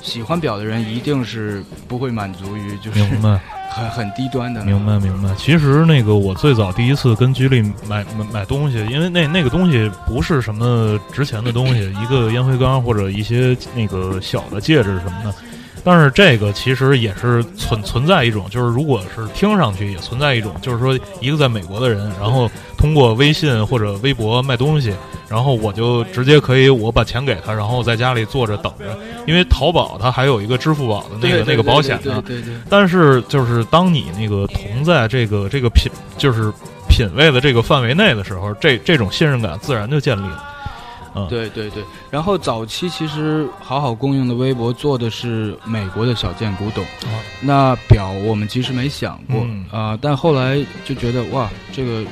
C: 喜欢表的人一定是不会满足于就是
B: 明白。
C: 很很低端的，
B: 明白明白。其实那个我最早第一次跟居里买买买东西，因为那那个东西不是什么值钱的东西，一个烟灰缸或者一些那个小的戒指什么的。但是这个其实也是存存在一种，就是如果是听上去也存在一种，就是说一个在美国的人，然后通过微信或者微博卖东西，然后我就直接可以我把钱给他，然后在家里坐着等着，因为淘宝它还有一个支付宝的那
C: 对
B: 个
C: 对
B: 那个
C: 对
B: 保险
C: 对
B: 呢，
C: 对对对
B: 但是就是当你那个同在这个这个品就是品味的这个范围内的时候，这这种信任感自然就建立了。啊
C: 对对对。然后早期其实好好供应的微博做的是美国的小件古董，那表我们其实没想过啊、
B: 啊嗯
C: 呃但后来就觉得哇，这个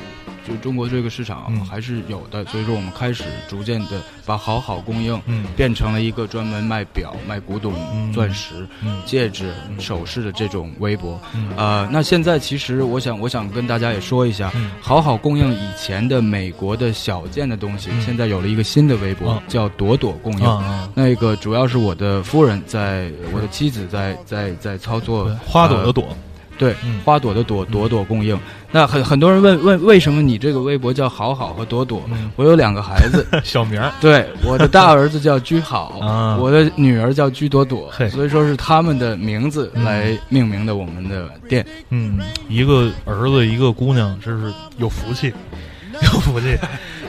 C: 就中国这个市场啊
B: 嗯
C: 还是有的，所以说我们开始逐渐的把好好供应
B: 嗯
C: 变成了一个专门卖表、卖古董、
B: 嗯
C: 钻石、
B: 嗯
C: 戒指、首饰的这种微博。
B: 嗯
C: 呃，那现在其实我想，我想跟大家也说一下，
B: 嗯
C: 好好供应以前的美国的小件的东西，
B: 嗯
C: 现在有了一个新的微博、
B: 啊
C: 叫朵朵供应。
B: 啊，
C: 那个主要是我的夫人在，我的妻子在在在操作
B: 对，花朵的
C: 呃
B: 朵，
C: 对
B: 嗯
C: 花朵的朵朵朵供应。那很很多人问问为什么你这个微博叫好好和朵朵？
B: 嗯
C: 我有两个孩子，
B: 小名儿
C: 对，我的大儿子叫居好
B: 啊，
C: 我的女儿叫居朵朵
B: 嘿，
C: 所以说是他们的名字来命名的我们的店。
B: 嗯，一个儿子一个姑娘，真是有福气， 有福气。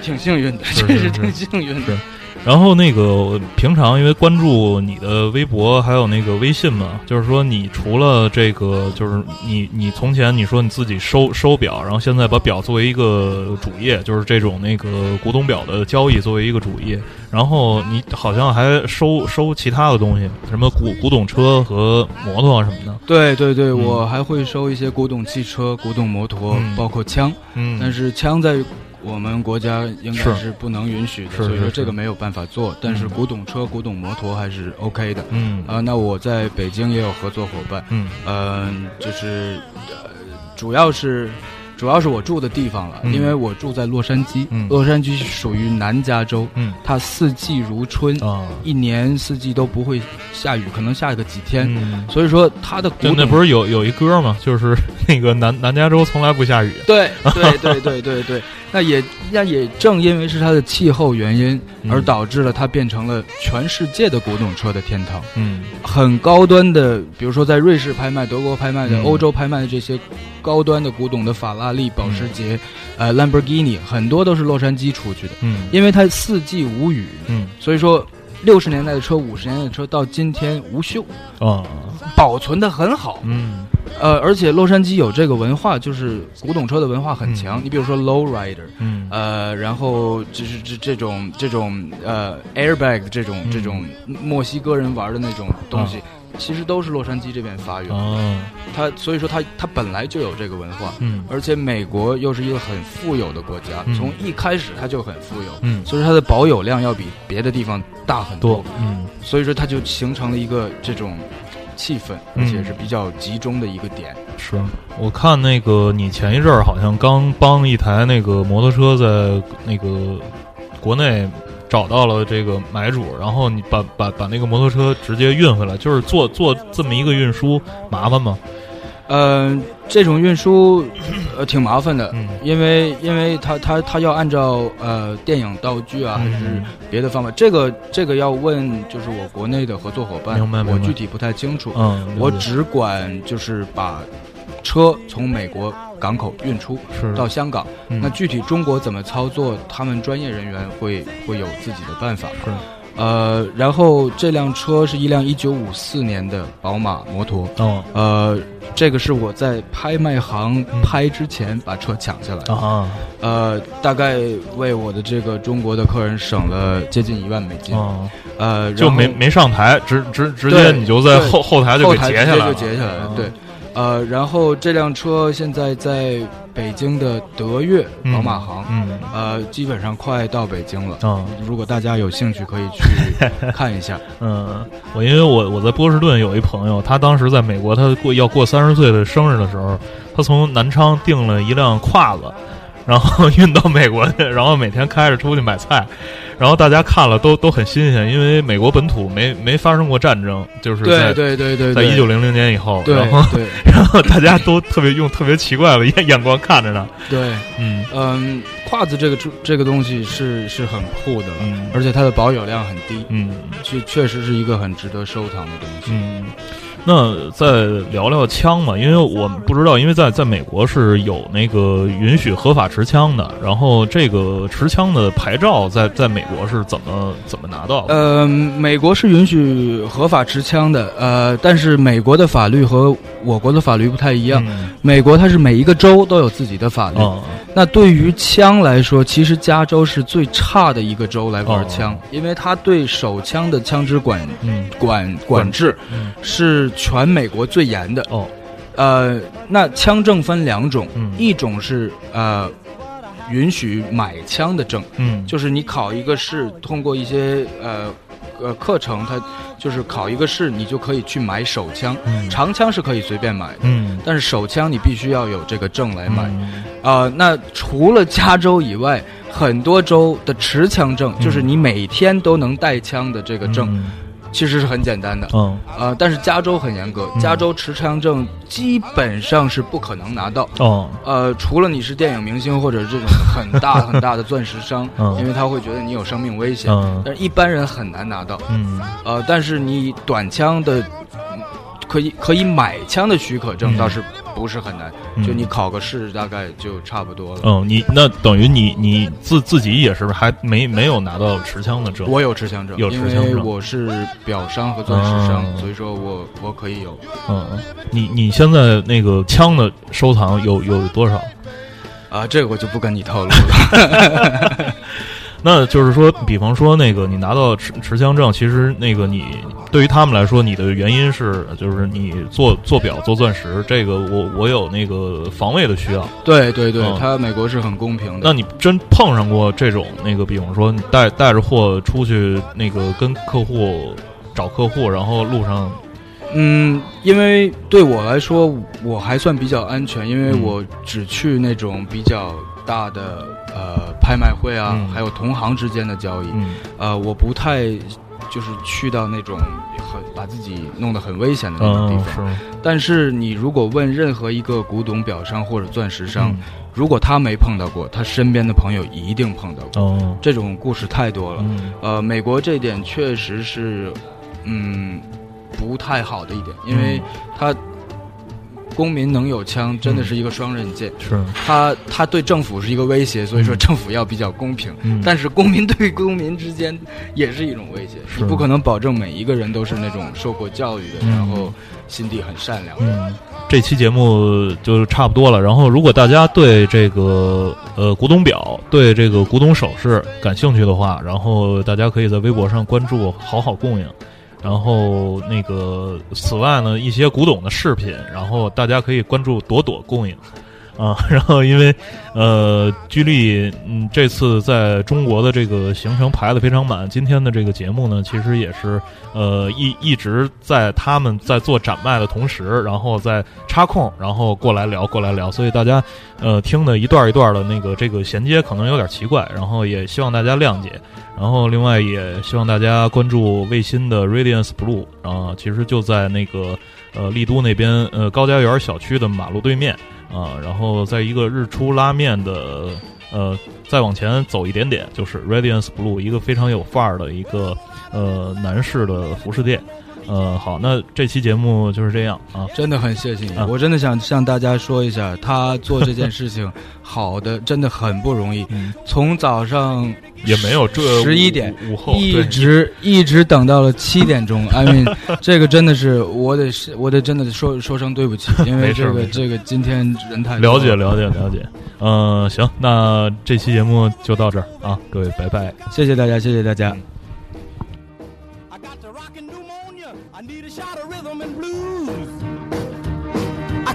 C: 挺幸运的，
B: 是
C: 真
B: 是
C: 是
B: 是
C: 挺幸运的。
B: 然后那个我平常因为关注你的微博还有那个微信嘛，就是说你除了这个，就是你你从前你说你自己收收表，然后现在把表作为一个主业，就是这种那个古董表的交易作为一个主业，然后你好像还收收其他的东西，什么古古董车和摩托啊什么的。
C: 对对对，我还会收一些古董汽车、古董摩托
B: 嗯，
C: 包括枪，
B: 嗯，
C: 但是枪在。我们国家应该
B: 是
C: 是不能允许的，
B: 是
C: 所以
B: 是
C: 说
B: 是
C: 这个没有办法做。但是
B: 嗯
C: 古董车、古董摩托还是 OK 的。
B: 嗯
C: 啊，那我在北京也有合作伙伴，
B: 嗯
C: 嗯，就是呃，主要是主要是我住的地方了，
B: 嗯
C: 因为我住在洛杉矶，
B: 嗯
C: 洛杉矶是属于南加州，
B: 嗯
C: 它四季如春，
B: 啊，
C: 一年四季都不会下雨，可能下个几天，
B: 嗯，
C: 所以说它的
B: 就
C: 古
B: 那
C: 董
B: 不是有有一歌吗？就是那个南南加州从来不下雨。
C: 对对对对对对，那也那也正因为是它的气候原因，
B: 嗯
C: 而导致了它变成了全世界的古董车的天堂。
B: 嗯
C: 很高端的，比如说在瑞士拍卖、德国拍卖的、
B: 嗯
C: 欧洲拍卖的这些高端的古董的法拉利、保时捷、呃兰博基尼，很多都是洛杉矶出去的，
B: 嗯
C: 因为它四季无雨，
B: 嗯
C: 所以说六十年代的车、五十年代的车到今天无锈，
B: 啊
C: 保存的很好。
B: 嗯。
C: 呃，而且洛杉矶有这个文化，就是古董车的文化很强。
B: 嗯
C: 你比如说 low rider。
B: 嗯
C: 呃，然后就是这这种这种呃 airbag 这种
B: 嗯
C: 这种墨西哥人玩的那种东西，其实都是洛杉矶这边发源。
B: 哦，
C: 它所以说它它本来就有这个文化，
B: 嗯
C: 而且美国又是一个很富有的国家，
B: 嗯
C: 从一开始它就很富有，
B: 嗯，
C: 所以说它的保有量要比别的地方大很多，
B: 多，嗯
C: 所以说它就形成了一个这种气氛，
B: 嗯
C: 而且是比较集中的一个点。
B: 是。我看那个你前一阵儿好像刚帮一台那个摩托车在那个国内找到了这个买主，然后你把把把那个摩托车直接运回来，就是做做这么一个运输麻烦吗？
C: 嗯、这种运输呃挺麻烦的，
B: 嗯
C: 因为因为他他他要按照呃电影道具啊，还是
B: 嗯
C: 别的方法，这个这个要问就是我国内的合作伙伴，
B: 明白明
C: 我
B: 白
C: 具体不太清楚，
B: 嗯，
C: 我
B: 了解
C: 只管就是把车从美国港口运出
B: 是
C: 到香港，
B: 嗯
C: 那具体中国怎么操作，他们专业人员会会有自己的办法。
B: 是
C: 呃，然后这辆车是一辆一九五四年的宝马摩托，
B: 哦
C: 呃，这个是我在拍卖行
B: 嗯
C: 拍之前把车抢下来的。
B: 啊
C: 呃，大概为我的这个中国的客人省了接近一万美金。
B: 哦，
C: 呃，
B: 就
C: 然后
B: 没没上台，直直直接
C: 对
B: 你就在
C: 对
B: 后后台就
C: 后
B: 给
C: 台
B: 截
C: 直
B: 下
C: 接
B: 来哦
C: 就
B: 了，
C: 截下来了
B: 啊。
C: 对，，呃，然后这辆车现在在北京的德越
B: 嗯
C: 宝马行，
B: 嗯
C: 呃，基本上快到北京了。
B: 啊
C: 如果大家有兴趣，可以 去看一下。
B: 嗯，我因为我我在波士顿有一朋友，他当时在美国，他过要过三十岁的生日的时候，他从南昌订了一辆胯子，然后运到美国去，然后每天开着出去买菜，然后大家看了都都很新鲜，因为美国本土没没发生过战争，就是在
C: 对对对对，
B: 在
C: 对
B: 一九零零年以后，
C: 对
B: 然后
C: 对
B: 然后 大家都特别用特别奇怪的眼眼光看着他，
C: 对，
B: 嗯
C: 嗯，胯子这个出这个东西是是很酷的了，
B: 嗯
C: 而且它的保有量很低，
B: 嗯
C: 确确实是一个很值得收藏的东西。
B: 嗯。那再聊聊枪吧，因为我们不知道，因为在在美国是有那个允许合法持枪的，然后这个持枪的牌照在在美国是怎么怎么拿到的？
C: 呃，美国是允许合法持枪的，呃，但是美国的法律和我国的法律不太一样。
B: 嗯
C: 美国它是每一个州都有自己的法律。
B: 哦
C: 那对于枪来说，其实加州是最差的一个州来玩枪，
B: 哦
C: 因为它对手枪的枪支管
B: 嗯
C: 管管制
B: 嗯
C: 是全美国最严的。
B: 哦
C: 呃，那枪证分两种，
B: 嗯
C: 一种是呃允许买枪的证，
B: 嗯
C: 就是你考一个试，通过一些呃呃课程，它就是考一个试，你就可以去买手枪。
B: 嗯
C: 长枪是可以随便买的，
B: 嗯
C: 但是手枪你必须要有这个证来买。
B: 嗯
C: 啊、那除了加州以外，很多州的持枪证，
B: 嗯
C: 就是你每天都能带枪的这个证，
B: 嗯
C: 其实是很简单的。
B: 嗯
C: 呃，但是加州很严格，
B: 嗯
C: 加州持枪证基本上是不可能拿到。
B: 哦
C: 呃，除了你是电影明星或者这种很大很大的钻石商，
B: 嗯
C: 因为他会觉得你有生命危险，
B: 嗯
C: 但是一般人很难拿到。
B: 嗯
C: 呃，但是你短枪的，嗯可以可以买枪的许可证
B: 嗯
C: 倒是不是很难，
B: 嗯
C: 就你考个试大概就差不多了。
B: 哦，你那等于你你自自己也是还没没有拿到持枪的证？
C: 我有持枪
B: 嗯
C: 证，
B: 有持枪证
C: 因为我是表商和钻石商，
B: 哦
C: 所以说我我可以有。
B: 嗯，嗯你你现在那个枪的收藏有有多少？
C: 啊，这个我就不跟你透 露了。
B: 那就是说，比方说那个你拿到持持枪证，其实那个你对于他们来说，你的原因是就是你做做表做钻石，这个我我有那个防卫的需要。
C: 对对对
B: 哦，
C: 他美国是很公平的。
B: 那你真碰上过这种那个，比方说你带带着货出去，那个跟客户找客户，然后路上
C: 嗯，因为对我来说，我还算比较安全，因为
B: 嗯
C: 我只去那种比较大的呃拍卖会啊，
B: 嗯
C: 还有同行之间的交易。
B: 嗯
C: 呃，我不太就是去到那种很把自己弄得很危险的那种嗯地
B: 嗯是
C: 方。
B: 吗
C: 但是你如果问任何一个古董表商或者钻石商，
B: 嗯
C: 如果他没碰到过，他身边的朋友一定碰到过。
B: 哦
C: 这种故事太多了。
B: 嗯
C: 呃，美国这点确实是，嗯，不太好的一点，因
B: 嗯
C: 为他公民能有枪，真的是一个双刃剑。
B: 是
C: 他他对政府是一个威胁，所以说
B: 嗯
C: 政府要比较公平。
B: 嗯
C: 但是公民对公民之间也是一种威胁，
B: 是
C: 你不可能保证每一个人都是那种受过教育的，
B: 嗯
C: 然后心地很善良的。
B: 嗯，这期节目就差不多了。然后，如果大家对这个呃古董表、对这个古董首饰感兴趣的话，然后大家可以在微博上关注“好好供应”。然后那个，呃此外呢，一些古董的饰品，然后大家可以关注“朵朵供应”啊。 然后因为呃，居力嗯这次在中国的这个行程排的非常满，今天的这个节目呢，其实也是呃一一直在他们在做展卖的同时，然后在插空，然后过来聊过来聊，所以大家呃听的一段一段的那个这个衔接可能有点奇怪，然后也希望大家谅解，然后另外也希望大家关注卫星的 Radiance Blue 啊、其实就在那个呃丽都那边呃高家园小区的马路对面啊、然后在一个日出拉面的呃再往前走一点点就是 Radiance Blue 一个非常有范儿的一个。呃男士的服饰店。呃，好，那这期节目就是这样啊。
C: 真的很谢谢你，
B: 啊
C: 我真的想向大家说一下，他做这件事情好的真的很不容易，
B: 嗯，
C: 从早上
B: 也没有这
C: 11点
B: 午午后
C: 一
B: 哦对
C: 直一直等到了七点钟。艾米， 这个真的是我得是我得真的说说声对不起，因为
B: 没事
C: 这个
B: 没事
C: 这个今天人太多
B: 了解，了解了解。嗯、行，那这期节目就到这儿啊，各位拜拜。
C: 谢谢大家，谢谢大家。
A: I got the rockin' pneumonia. I need a shot of rhythm and blues.
E: I